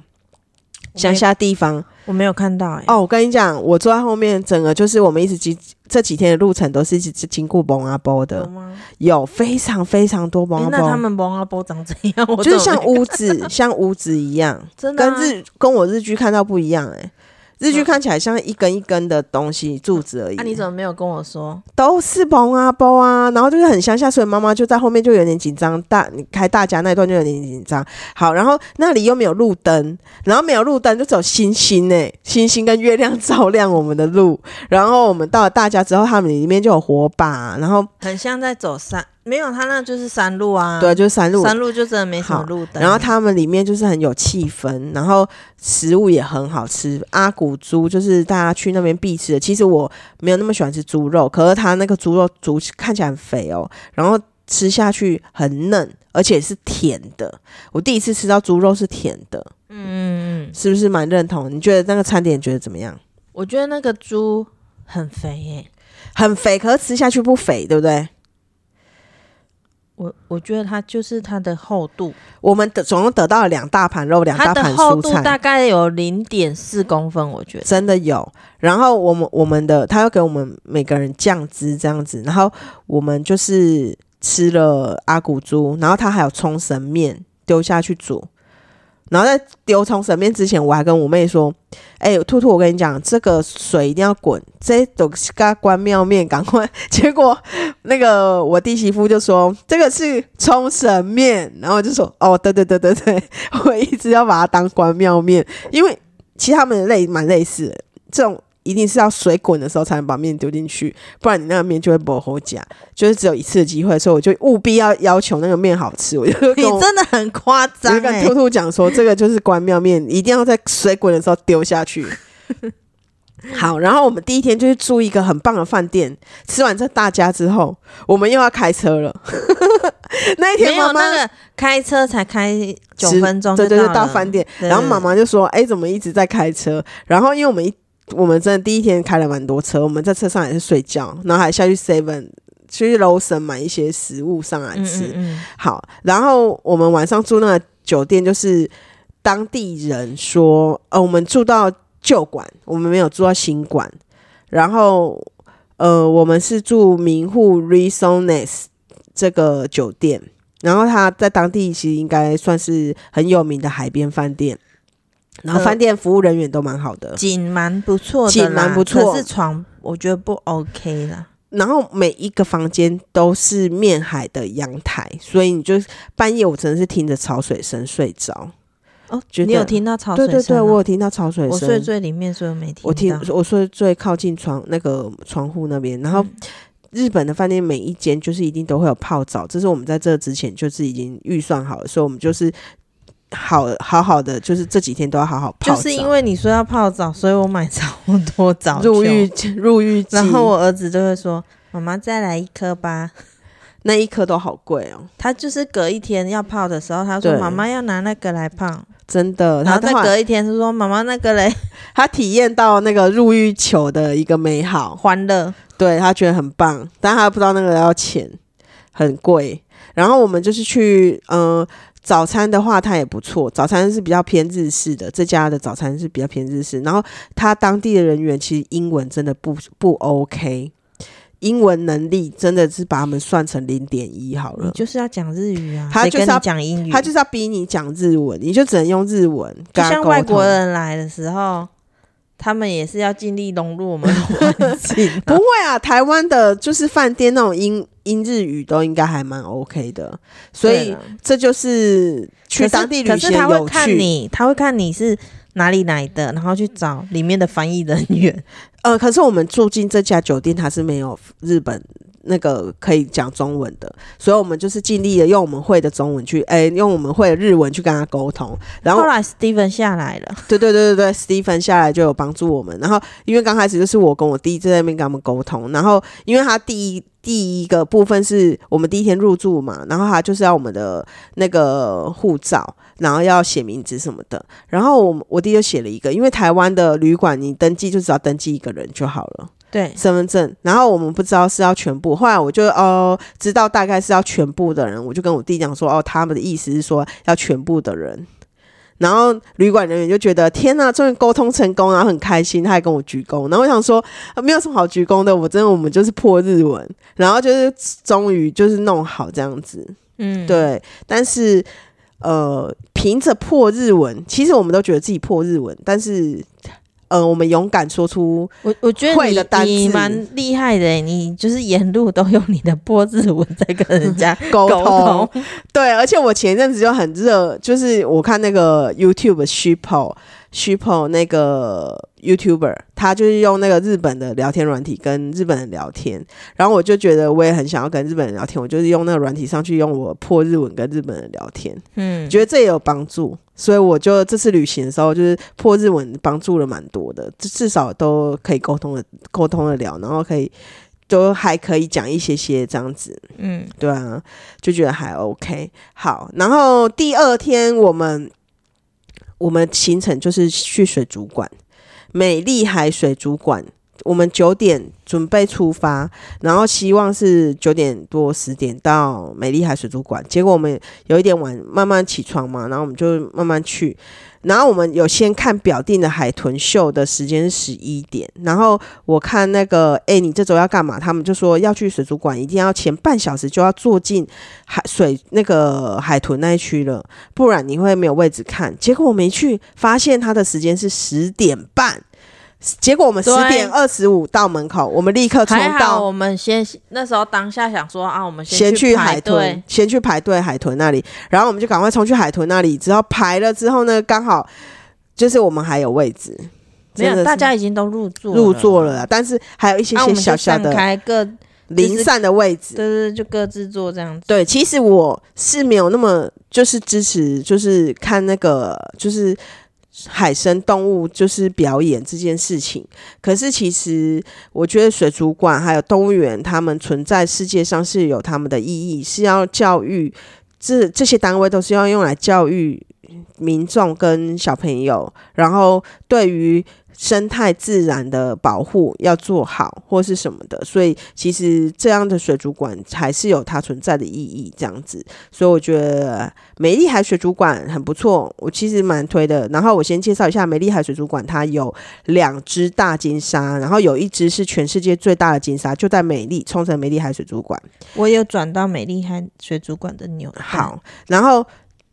Speaker 1: 乡下地方
Speaker 2: 我没有看到哎、
Speaker 1: 哦。我跟你讲，我坐在后面，整个就是我们一直经这几天的路程都是一直经过蒙阿波
Speaker 2: 有
Speaker 1: 的，
Speaker 2: 吗？
Speaker 1: 有非常非常多蒙
Speaker 2: 嗯诶
Speaker 1: 阿
Speaker 2: 那他
Speaker 1: 波。
Speaker 2: 们蒙阿波长怎样？ [LAUGHS] 我
Speaker 1: 就是
Speaker 2: 怎么
Speaker 1: 像屋
Speaker 2: [LAUGHS]
Speaker 1: 子，像屋子一样，
Speaker 2: 真的、
Speaker 1: 跟
Speaker 2: 啊、
Speaker 1: 日跟我日剧看到不一样哎、日剧看起来像一根一根的东西柱子而已，
Speaker 2: 那、啊你怎么没有跟我说？
Speaker 1: 都是崩啊包啊，然后就是很乡下，所以妈妈就在后面就有点紧张，大你开大家那一段就有点紧张。好，然后那里又没有路灯，然后没有路灯就只有星星哎、星星跟月亮 [LAUGHS] 照亮我们的路。然后我们到了大家之后，他们里面就有火把，然后
Speaker 2: 很像在走山，没有，他那就是山路啊。
Speaker 1: 对，就是山路，
Speaker 2: 山路就真的没什么
Speaker 1: 好
Speaker 2: 路灯。
Speaker 1: 然后他们里面就是很有气氛，然后食物也很好吃。阿古猪就是大家去那边必吃的。其实我没有那么喜欢吃猪肉，可是它那个猪肉煮看起来很肥哦，然后吃下去很嫩，而且是甜的。我第一次吃到猪肉是甜的，
Speaker 2: 嗯，嗯嗯，
Speaker 1: 是不是蛮认同？你觉得那个餐点觉得怎么样？
Speaker 2: 我觉得那个猪很肥欸耶、
Speaker 1: 很肥，可是吃下去不肥，对不对？
Speaker 2: 我我觉得它就是它的厚度，
Speaker 1: 我们得总共得到了两大盘肉，两
Speaker 2: 它
Speaker 1: 大
Speaker 2: 的
Speaker 1: 盘
Speaker 2: 厚
Speaker 1: 蔬
Speaker 2: 度
Speaker 1: 菜。
Speaker 2: 大概有零点四公分，我觉得。
Speaker 1: 真的有。然后我们我们的他要给我们每个人酱汁这样子，然后我们就是吃了阿古猪，然后他还有冲绳面丢下去煮。然后在丢冲绳面之前，我还跟我妹说：“哎、兔兔，我跟你讲，这个水一定要滚，这都是嘎关庙面，赶快！” [LAUGHS] 结果那个我弟媳妇就说：“这个是冲绳面。”然后我就说：“哦，对对对对对， [LAUGHS] 我一直要把它当关庙面，因为其实他们类蛮类似的，这种一定是要水滚的时候才能把面丢进去，不然你那个面就会不好夹，就是只有一次的机会，所以我就务必要要求那个面好吃，我就 [LAUGHS]
Speaker 2: 你
Speaker 1: 跟我
Speaker 2: 真的很夸
Speaker 1: 我
Speaker 2: 张
Speaker 1: 就跟
Speaker 2: 哎
Speaker 1: 兔！兔讲说，这个就是关庙面，一定要在水滚的时候丢下
Speaker 2: [LAUGHS]
Speaker 1: 去。好，然后我们第一天就是住一个很棒的饭店，吃完这大家之后，我们又要开车了。 [LAUGHS] 那一
Speaker 2: 没
Speaker 1: 天
Speaker 2: 有
Speaker 1: 妈妈
Speaker 2: 那个开车才开九
Speaker 1: 十
Speaker 2: 分钟，
Speaker 1: 对对
Speaker 2: 对，
Speaker 1: 对，到饭店，然后妈妈就说：“哎、怎么一直在开车？”然后因为我们一我们真的第一天开了蛮多车，我们在车上也是睡觉，然后还下去 Seven 去楼神买一些食物上来
Speaker 2: 嗯
Speaker 1: 吃。
Speaker 2: 嗯嗯，
Speaker 1: 好，然后我们晚上住那个酒店，就是当地人说，呃，我们住到旧馆，我们没有住到新馆。然后，呃，我们是住名户 Resones 这个酒店，然后它在当地其实应该算是很有名的海边饭店，然后
Speaker 2: 呃
Speaker 1: 饭店服务人员都蛮好的。
Speaker 2: 景嗯蛮不错的啦，
Speaker 1: 景蛮不错
Speaker 2: 可是床我觉得不 OK 啦。
Speaker 1: 然后每一个房间都是面海的阳台，所以你就半夜我真的是听着潮水声睡着。
Speaker 2: 哦，
Speaker 1: 觉得
Speaker 2: 你有听到潮水
Speaker 1: 对对
Speaker 2: 声
Speaker 1: 对，
Speaker 2: 哦
Speaker 1: 我有听到潮水
Speaker 2: 我
Speaker 1: 声，
Speaker 2: 睡最里面，所以我没听到。
Speaker 1: 我听我睡最靠近床那个窗户那边，然后
Speaker 2: 嗯
Speaker 1: 日本的饭店每一间就是一定都会有泡澡，这是我们在这之前就是已经预算好了，所以我们就是好好好的，就是这几天都要好好泡
Speaker 2: 就
Speaker 1: 澡。
Speaker 2: 是因为你说要泡澡，所以我买超多 [LAUGHS] 澡球
Speaker 1: 入浴入浴剂，
Speaker 2: 然后我儿子就会 [LAUGHS] 说：“妈妈再来一颗 [LAUGHS] 吧。
Speaker 1: 那一颗都好贵哦，”
Speaker 2: 他就是隔一天要泡的时候，他说
Speaker 1: 对：“
Speaker 2: 妈妈要拿那个来泡。
Speaker 1: 真”的。
Speaker 2: 然后
Speaker 1: 他
Speaker 2: 再
Speaker 1: 后来
Speaker 2: 隔一天，他说：“妈妈那个嘞，
Speaker 1: 他体验到那个入浴球的一个美好，
Speaker 2: 欢乐。
Speaker 1: 对他觉得很棒，但他不知道那个要钱，很贵。然后我们就是去，呃，早餐的话它也不错，早餐是比较偏日式的，这家的早餐是比较偏日式。然后他当地的人员其实英文真的不不 OK，英文能力真的是把他们算成零点一好”
Speaker 2: [LAUGHS] 你
Speaker 1: 了。
Speaker 2: 就是要讲日语啊，
Speaker 1: 他
Speaker 2: 谁
Speaker 1: 就
Speaker 2: 跟
Speaker 1: 是要
Speaker 2: 你讲英语？
Speaker 1: 他就是要逼你讲日文，你就只能用日文
Speaker 2: 就
Speaker 1: 跟他
Speaker 2: 像
Speaker 1: 沟
Speaker 2: 外国
Speaker 1: 通
Speaker 2: 人啊来的时候，他们也是要尽力融入
Speaker 1: [LAUGHS]
Speaker 2: 我们的环境啊、
Speaker 1: 不会啊，台湾的就是饭店那种英英日语都应该还蛮 OK 的，所
Speaker 2: 对
Speaker 1: 以
Speaker 2: 啦
Speaker 1: 这就是去
Speaker 2: 啊可是
Speaker 1: 当地旅
Speaker 2: 可
Speaker 1: 行
Speaker 2: 是
Speaker 1: 的
Speaker 2: 他会
Speaker 1: 有
Speaker 2: 看
Speaker 1: 趣。
Speaker 2: 你，他会看你是哪里来的，然后去找里面的翻译人员。
Speaker 1: 呃，可是我们住进这家酒店，它是没有日本那个可以讲中文的，所以我们就是尽力的用我们会的中文去，哎、用我们会的日文去跟他沟通。然后
Speaker 2: 后来 Steven 下来了，
Speaker 1: [LAUGHS] 对对对对对，Stephen 下来就有帮助我们。然后因为刚开始就是我跟我弟在那边跟他们沟通，然后因为他第一第一个部分是我们第一天入住嘛，然后他就是要我们的那个护照，然后要写名字什么的。然后我我弟就写了一个，因为台湾的旅馆你登记就只要登记一个人就好了，
Speaker 2: 对，
Speaker 1: 身份证。然后我们不知道是要全部，后来我就哦知道大概是要全部的人，我就跟我弟讲说哦，他们的意思是说要全部的人。然后旅馆人员就觉得天呐，终于沟通成功，然后很开心，他还跟我鞠躬。然后我想说，呃没有什么好鞠躬的，我真的我们就是破日文，然后就是终于就是弄好这样子。
Speaker 2: 嗯，
Speaker 1: 对，但是呃，凭着破日文，其实我们都觉得自己破日文，但是呃，我们勇敢说出
Speaker 2: 我我觉
Speaker 1: 会的
Speaker 2: 得
Speaker 1: 单字
Speaker 2: 你你蛮厉害的，欸你就是沿路都用你的波字文在跟人家
Speaker 1: 嗯沟
Speaker 2: [LAUGHS] 沟
Speaker 1: 通
Speaker 2: 通，，
Speaker 1: 对，而且我前一阵子就很热，就是我看那个 YouTube Shippo Shippo 那个 YouTuber，他就是用那个日本的聊天软体跟日本人聊天，然后我就觉得我也很想要跟日本人聊天，我就是用那个软体上去用我破日文跟日本人聊天，
Speaker 2: 嗯，
Speaker 1: 觉得这也有帮助，所以我就这次旅行的时候就是破日文帮助了蛮多的，至至少都可以沟通的沟通的了，然后可以都还可以讲一些些这样子。
Speaker 2: 嗯，
Speaker 1: 对啊，就觉得还 OK。好，然后第二天我们我们行程就是去水族馆，美丽海水族馆。我们九点准备出发，然后希望是九点多十点到美丽海水族馆。结果我们有一点晚，慢慢起床嘛，然后我们就慢慢去。然后我们有先看表定的海豚秀的时间是十一点，然后我看那个，哎、你这周要干嘛？他们就说要去水族馆，一定要前半小时就要坐进海水那个海豚那一区了，不然你会没有位置看。结果我没去，发现他的时间是十点半。结果我们十
Speaker 2: 对
Speaker 1: 点二十五到门口，我们立刻冲
Speaker 2: 还好
Speaker 1: 到
Speaker 2: 我们先那时候当下想说啊，我们
Speaker 1: 先去
Speaker 2: 去
Speaker 1: 海
Speaker 2: 排
Speaker 1: 豚
Speaker 2: 队，，
Speaker 1: 先去排队海豚那里，然后我们就赶快冲去海豚那里。之后排了之后呢，刚好就是我们还有位置，
Speaker 2: 没
Speaker 1: 真的
Speaker 2: 有，
Speaker 1: 是
Speaker 2: 大家已经都入座
Speaker 1: 入座了，啦，但是还有一些
Speaker 2: 啊，我
Speaker 1: 些
Speaker 2: 们
Speaker 1: 小
Speaker 2: 就
Speaker 1: 小
Speaker 2: 散
Speaker 1: 的
Speaker 2: 开各，对
Speaker 1: 零散的位置。
Speaker 2: 对，对就各自坐这样子。
Speaker 1: 对，其实我是没有那么就是支持，就是看那个就是海生动物就是表演这件事情。可是其实我觉得水族馆还有动物园，他们存在世界上是有他们的意义，是要教育这这些单位都是要用来教育民众跟小朋友，然后对于生态自然的保护要做好，或是什么的。所以其实这样的水族馆还是有它存在的意义，这样子。所以我觉得美丽海水族馆很不错，我其实蛮推的。然后我先介绍一下美丽海水族馆，它有两只大金鲨，然后有一只是全世界最大的金鲨，就在美丽冲绳美丽海水族馆。
Speaker 2: 我有转到美丽海水族馆的纽带， [LAUGHS]
Speaker 1: 好，然后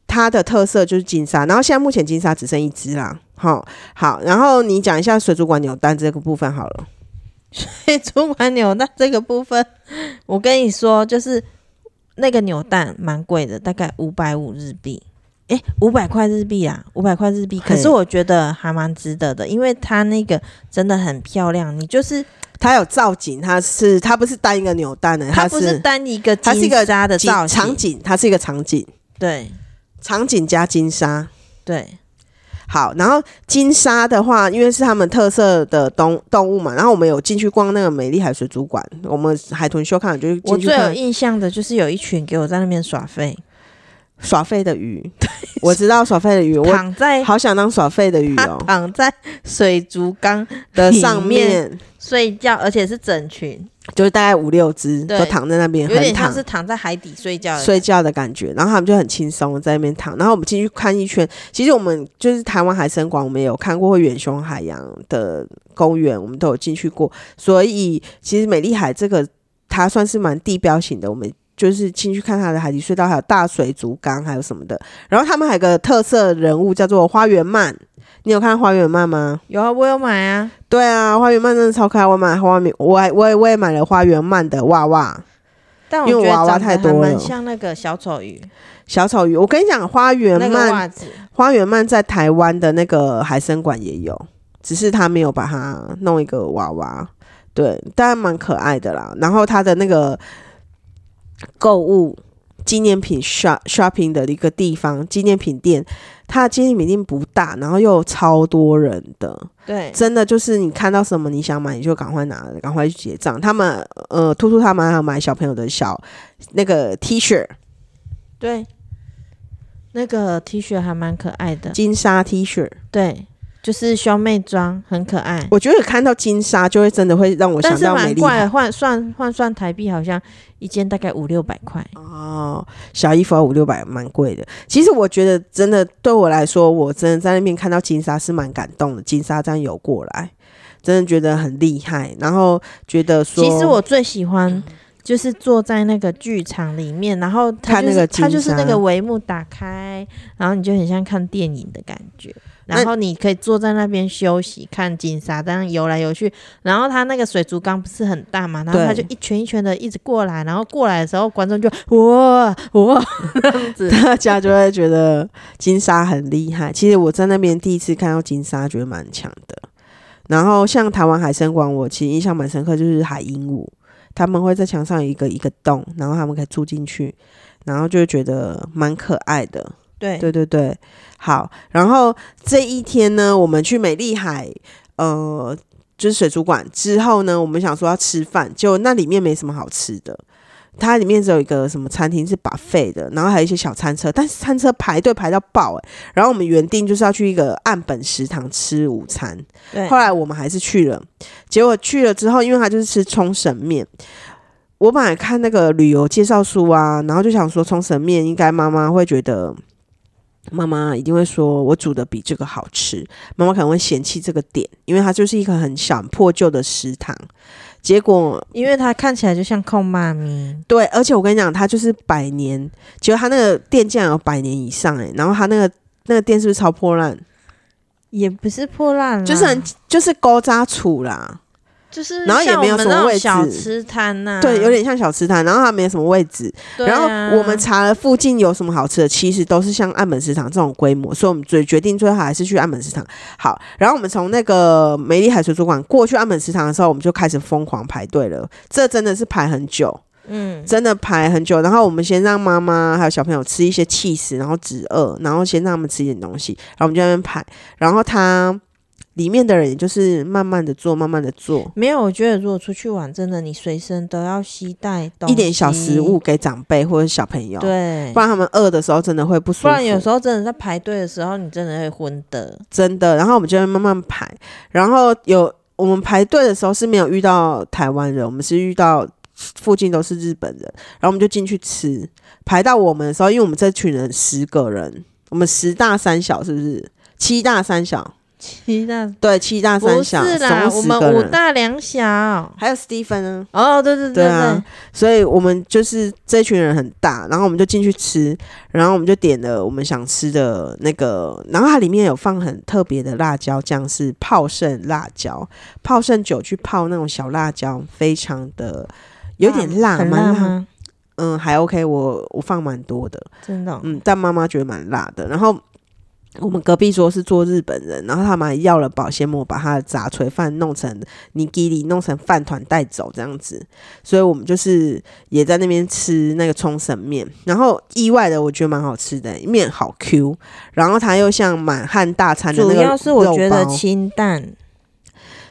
Speaker 1: 它的特色就是金沙，然后现在目前金沙只剩一只啦。好，好，然后你讲一下水族馆扭蛋这个部分好了。
Speaker 2: 对主管扭蛋这个部分，我跟你说，就是那个扭蛋蛮贵的，大概五百五日币。
Speaker 1: 哎、
Speaker 2: 诶，五百块日币啊，五百块日币。可
Speaker 1: 嘿
Speaker 2: 是我觉得还蛮值得的，因为它那个真的很漂亮。你就是
Speaker 1: 它有造景，它是它不是单一个扭蛋的，
Speaker 2: 它不是
Speaker 1: 是
Speaker 2: 单一个
Speaker 1: 它是一
Speaker 2: 金
Speaker 1: 个
Speaker 2: 沙的
Speaker 1: 景
Speaker 2: 造型
Speaker 1: 场，景，它是一个场景，
Speaker 2: 对
Speaker 1: 场景加金沙。
Speaker 2: 对
Speaker 1: 好，然后金沙的话，因为是他们特色的动动物嘛，然后我们有进去逛那个美丽海水族馆，我们海豚秀看就是
Speaker 2: 我
Speaker 1: 进去
Speaker 2: 最有
Speaker 1: 看
Speaker 2: 印象的就是有一群给我在那边耍废，
Speaker 1: 耍废的鱼，我知道耍废的鱼，我
Speaker 2: 躺在
Speaker 1: 好想当耍废的鱼
Speaker 2: 他
Speaker 1: 哦
Speaker 2: 躺在水族缸
Speaker 1: 的上
Speaker 2: 里
Speaker 1: 面，
Speaker 2: 睡觉，而且是整群，
Speaker 1: 就是大概五六只
Speaker 2: 对
Speaker 1: 都躺在那边，
Speaker 2: 有
Speaker 1: 很
Speaker 2: 点像
Speaker 1: 躺
Speaker 2: 是躺在海底睡觉的。
Speaker 1: 睡觉的感觉，然后他们就很轻松地在那边躺，然后我们进去看一圈。其实我们就是台湾海参馆，我们也有看过会远雄海洋的公园，我们都有进去过。所以其实美丽海这个它算是蛮地标型的，我们就是进去看它的海底隧道，还有大水族缸，还有什么的。然后他们还有个特色人物叫做花园鳗，你有看花园鳗吗？
Speaker 2: 有啊，我有买啊，
Speaker 1: 对啊，花园鳗真的超可爱，我买花园，我还我也我也买了花园鳗的娃娃。
Speaker 2: 但我
Speaker 1: 因为
Speaker 2: 觉得
Speaker 1: 娃娃
Speaker 2: 长得
Speaker 1: 太多
Speaker 2: 还
Speaker 1: 了
Speaker 2: 蛮像那个小丑鱼
Speaker 1: 小丑鱼，我跟你讲，花园
Speaker 2: 那个
Speaker 1: 鳗
Speaker 2: 袜子。
Speaker 1: 花园鳗在台湾的那个海参馆也有，只是他没有把它弄一个娃娃，对，但蛮可爱的啦。然后它的那个购物纪念品 shop shopping 的一个地方，纪念品店，它的纪念品店不大，然后又有超多人的，
Speaker 2: 对，
Speaker 1: 真的就是你看到什么你想买，你就赶快拿，赶快去结账。他们呃，兔兔他们还有买小朋友的小那个 T 恤，
Speaker 2: 对，那个 T 恤还蛮可爱的，
Speaker 1: 金沙 T 恤。
Speaker 2: 对，就是兄妹装，很可爱。
Speaker 1: 我觉得看到金沙就会真的会让我
Speaker 2: 但
Speaker 1: 想
Speaker 2: 是
Speaker 1: 到美
Speaker 2: 蛮
Speaker 1: 丽
Speaker 2: 怪
Speaker 1: 海
Speaker 2: 的，换算换算台币，好像一件大概五六百块。
Speaker 1: 哦，小衣服要五六百，蛮贵的。其实我觉得真的对我来说，我真的在那边看到金沙是蛮感动的。金沙这样游过来，真的觉得很厉害。然后觉得说，
Speaker 2: 其实我最喜欢就是坐在那个剧场里面，然后它
Speaker 1: 看
Speaker 2: 就
Speaker 1: 那
Speaker 2: 是
Speaker 1: 个
Speaker 2: 它
Speaker 1: 金
Speaker 2: 就是那
Speaker 1: 沙
Speaker 2: 个帷幕打开，然后你就很像看电影的感觉。然
Speaker 1: 那
Speaker 2: 后你可以坐在那边休息，看金沙这样游来游去。然后它那个水族缸不是很大嘛，然后它就
Speaker 1: 对
Speaker 2: 一圈一圈的一直过来，然后过来的时候观众就哇哇这样子。
Speaker 1: 大家就会觉得金沙很厉害。其实我在那边第一次看到金沙，觉得蛮强的。然后像台湾海参馆，我其实印象蛮深刻，就是海鹦鹉，他们会在墙上有一个一个洞，然后他们可以住进去，然后就会觉得蛮可爱的。
Speaker 2: 对
Speaker 1: 对对对，好。然后这一天呢，我们去美丽海，呃，就是水族馆之后呢，我们想说要吃饭，结果那里面没什么好吃的。它里面只有一个什么餐厅是 buffet 的，然后还有一些小餐车，但是餐车排队排到爆哎、然后我们原定就是要去一个岸本食堂吃午餐，
Speaker 2: 对
Speaker 1: 后来我们还是去了，结果去了之后，因为他就是吃冲绳面。我本来看那个旅游介绍书啊，然后就想说冲绳面应该妈妈会觉得，妈妈一定会说我煮的比这个好吃，妈妈可能会嫌弃这个点，因为它就是一个很小很破旧的食堂。结果
Speaker 2: 因为它看起来就像控妈咪，
Speaker 1: 对，而且我跟你讲，它就是百年，结果它那个店竟然有百年以上哎、然后它那个那个店是不是超破烂？
Speaker 2: 也不是破烂啦，
Speaker 1: 就是很就是勾渣处啦，
Speaker 2: 就是
Speaker 1: 然后也
Speaker 2: 像
Speaker 1: 没有
Speaker 2: 我们
Speaker 1: 什么
Speaker 2: 那种
Speaker 1: 位置
Speaker 2: 小吃摊呐、
Speaker 1: 对，有点像小吃摊，然后它没什么位置，
Speaker 2: 对啊、
Speaker 1: 然后我们查了附近有什么好吃的，其实都是像岸本市场这种规模，所以我们最决定最后还是去岸本市场。好，然后我们从那个美丽海水族馆过去岸本市场的时候，我们就开始疯狂排队了，这真的是排很久。
Speaker 2: 嗯，
Speaker 1: 真的排很久，然后我们先让妈妈还有小朋友吃一些气食，然后止饿，然后先让他们吃一点东西，然后我们就在那边排，然后它里面的人也就是慢慢的做，慢慢的做，
Speaker 2: 没有，我觉得如果出去玩，真的你随身都要携带东西
Speaker 1: 一点小食物，给长辈或者小朋友，
Speaker 2: 对
Speaker 1: 不，然他们饿的时候真的会不舒服。
Speaker 2: 不然有时候真的在排队的时候，你真的会昏 [LAUGHS] 的。
Speaker 1: 真的。然后我们就会慢慢排，然后有我们排队的时候是没有遇到台湾人，我们是遇到附近都是日本人，然后我们就进去吃。排到我们的时候，因为我们这群人十个人，我们十大三小是不是？七大三小，
Speaker 2: 七大
Speaker 1: 对，七大
Speaker 2: 不
Speaker 1: 三小，
Speaker 2: 是啦，
Speaker 1: 总
Speaker 2: 我
Speaker 1: 共十个
Speaker 2: 们五
Speaker 1: 人。
Speaker 2: 大两小。
Speaker 1: 还有 Stephen 呢？
Speaker 2: 哦，对对对
Speaker 1: 对啊，所以我们就是这群人很大，然后我们就进去吃，然后我们就点了我们想吃的那个，然后它里面有放很特别的辣椒酱，是泡盛辣椒，泡盛酒去泡那种小辣椒，非常的有点辣，
Speaker 2: 很
Speaker 1: 蛮
Speaker 2: 辣
Speaker 1: 辣，
Speaker 2: 吗？
Speaker 1: 嗯还 OK，我我放蛮多的，
Speaker 2: 真的哦、
Speaker 1: 嗯，但妈妈觉得蛮辣的。然后我们隔壁桌是做日本人，然后他们还要了保鲜膜，把他的杂炊饭弄成尼基里，弄成饭团带走这样子。所以我们就是也在那边吃那个冲绳面，然后意外的我觉得蛮好吃的，面好 Q，然后它又像满汉大餐的那
Speaker 2: 主
Speaker 1: 个
Speaker 2: 要是我
Speaker 1: 肉
Speaker 2: 觉得
Speaker 1: 包
Speaker 2: 清淡，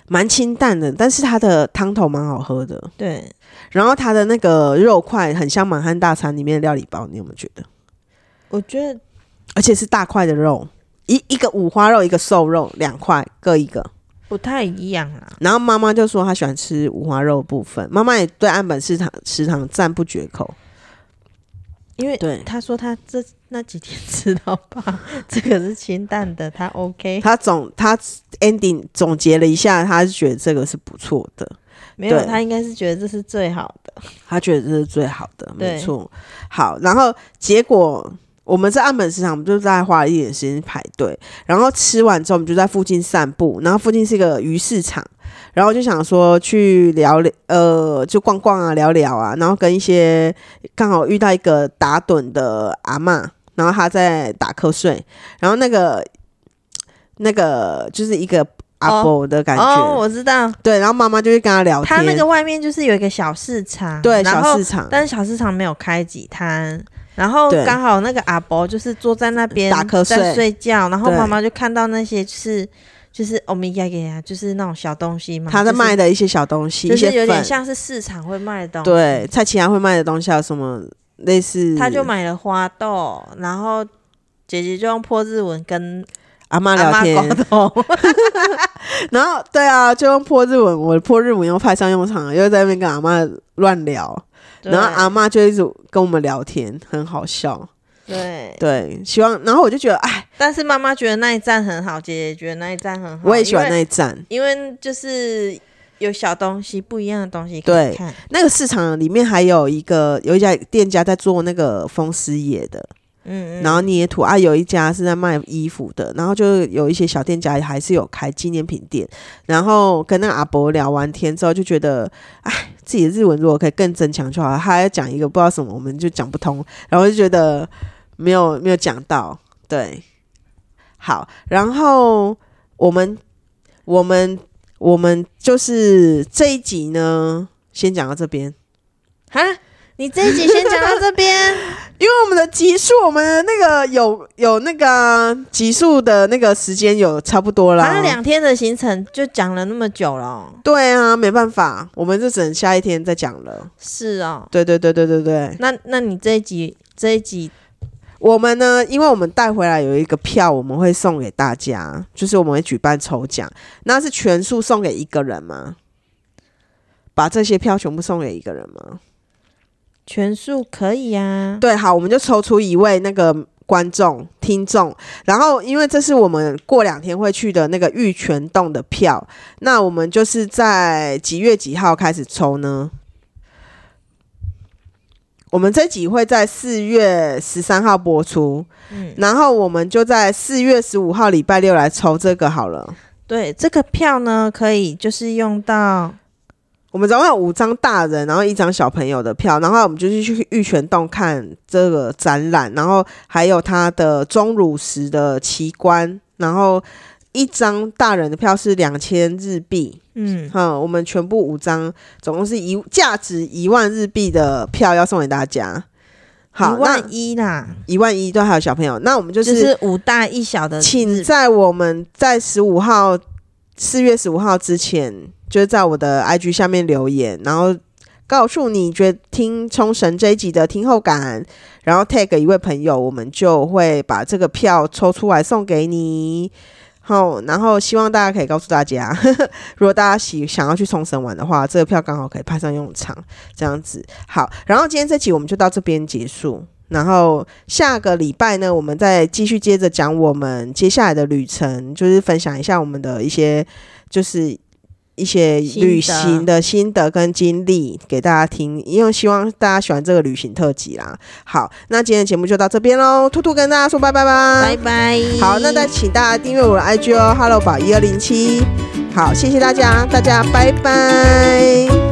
Speaker 1: 蛮清淡的，但是它的汤头蛮好喝的。
Speaker 2: 对，
Speaker 1: 然后它的那个肉块很像满汉大餐里面的料理包，你有没有觉得？
Speaker 2: 我觉得
Speaker 1: 而且是大块的肉，一一个五花肉，一个瘦肉，两块各一个。
Speaker 2: 不太一样啊啦。
Speaker 1: 然后妈妈就说她喜欢吃五花肉的部分，妈妈也对岸本市场食堂赞不绝口。
Speaker 2: 因为
Speaker 1: 对
Speaker 2: 他说他这那几天吃到吧，这个是清淡的，他 OK。
Speaker 1: 她总她 ending 总结了一下，她是觉得这个是不错的，
Speaker 2: 没有，
Speaker 1: 对
Speaker 2: 他应该是觉得这是最好的。
Speaker 1: 她觉得这是最好的，
Speaker 2: 对
Speaker 1: 没错。好，然后结果我们在岸本市场，我们就大概花了一点时间排队，然后吃完之后，我们就在附近散步，然后附近是一个鱼市场，然后就想说去聊聊，呃，就逛逛啊，聊聊啊，然后跟一些刚好遇到一个打盹的阿嬷，然后她在打瞌睡，然后那个那个就是一个阿伯的感觉，
Speaker 2: 哦，我知道，
Speaker 1: 对，然后妈妈就去跟他聊天，
Speaker 2: 他那个外面就是有一个小市场，
Speaker 1: 对
Speaker 2: 然
Speaker 1: 小
Speaker 2: 后
Speaker 1: 市场
Speaker 2: 但是小市场没有开几摊。然后
Speaker 1: 对
Speaker 2: 刚好那个阿伯就是坐在那边
Speaker 1: 打瞌睡
Speaker 2: 在睡觉，然后
Speaker 1: 对
Speaker 2: 妈妈就看到那些就是就是欧米伽给啊，就是那种小东西嘛，
Speaker 1: 他在卖
Speaker 2: 的，
Speaker 1: 的一些小东西，
Speaker 2: 嗯就
Speaker 1: 一
Speaker 2: 是
Speaker 1: 些
Speaker 2: 有点
Speaker 1: 粉
Speaker 2: 像是市场会卖的东西，
Speaker 1: 对，蔡奇安会卖的东西，还有什么类似？
Speaker 2: 他就买了花豆，然后姐姐就用破日文跟
Speaker 1: 阿妈
Speaker 2: 阿
Speaker 1: 聊
Speaker 2: 妈
Speaker 1: 天，
Speaker 2: 沟通，
Speaker 1: 然后对啊，就用破日文，我的破日文又派上用场了，又在那边跟阿妈乱聊，[LAUGHS]
Speaker 2: 对
Speaker 1: 然后阿妈就一直跟我们聊天，很好笑。
Speaker 2: 对，
Speaker 1: 对，希望，然后我就觉得，哎，
Speaker 2: 但是妈妈觉得那一站很好，姐姐觉得那一站很好，
Speaker 1: 我也喜欢那
Speaker 2: 因为
Speaker 1: 一站。
Speaker 2: 因为就是有小东西不一样的东西可
Speaker 1: 对
Speaker 2: 以看，
Speaker 1: 那个市场里面还有一个有一家店家在做那个风师爷的，
Speaker 2: 嗯嗯，
Speaker 1: 然后捏土啊，有一家是在卖衣服的，然后就有一些小店家还是有开纪念品店。然后跟那个阿伯聊完天之后，就觉得，哎，自己的日文如果可以更增强就好了。他还要讲一个不知道什么，我们就讲不通，然后就觉得没有没有讲到，对，好，然后我们我们我们就是这一集呢，先讲到这边。
Speaker 2: 哈，你这一集先讲到这
Speaker 1: [LAUGHS]
Speaker 2: 边，
Speaker 1: 因为我们的集数，我们的那个有有那个啊集数的那个时间有差不多
Speaker 2: 反
Speaker 1: 啦
Speaker 2: 正。两天的行程就讲了那么久了哦、
Speaker 1: 对啊，没办法，我们就只能下一天再讲了。
Speaker 2: 是哦，
Speaker 1: 对对对对对对，
Speaker 2: 那那你这一集这一集
Speaker 1: 我们呢，因为我们带回来有一个票，我们会送给大家，就是我们会举办抽奖，那是全数送给一个人吗？把这些票全部送给一个人吗？
Speaker 2: 全数可以啊，
Speaker 1: 对，好，我们就抽出一位那个观众、听众，然后因为这是我们过两天会去的那个玉泉洞的票，那我们就是在几月几号开始抽呢？我们这集会在四月十三号播出，
Speaker 2: 嗯
Speaker 1: 然后我们就在四月十五号礼拜六来抽这个好了。
Speaker 2: 对，这个票呢可以就是用到
Speaker 1: 我们总共有五张大人，然后一张小朋友的票，然后我们就是去玉泉洞看这个展览，然后还有它的钟乳石的奇观，然后一张大人的票是两千日币，
Speaker 2: 嗯。
Speaker 1: 哈、我们全部五张，总共是一价值一万日币的票要送给大家。好，
Speaker 2: 一
Speaker 1: 那
Speaker 2: 万一啦，
Speaker 1: 一万一都还有小朋友，那我们就
Speaker 2: 就是是五大一小的日，
Speaker 1: 请在我们在十五号四月十五号之前，就是在我的 IG 下面留言，然后告诉你觉得听冲绳这一集的听后感，然后 tag 一位朋友，我们就会把这个票抽出来送给你。好，然后希望大家可以告诉大家，如果大家喜想要去冲绳玩的话，这个票刚好可以派上用场，这样子。好，然后今天这集我们就到这边结束。然后下个礼拜呢，我们再继续接着讲我们接下来的旅程，就是分享一下我们的一些，就是一些
Speaker 2: 心得
Speaker 1: 旅行的心得跟经历给大家听，因为希望大家喜欢这个旅行特辑啦。好，那今天的节目就到这边喽，兔兔跟大家说拜拜吧，
Speaker 2: 拜拜。
Speaker 1: 好，那再请大家订阅我的 IG 哦，Hello 宝一二零七。好，谢谢大家，大家拜拜。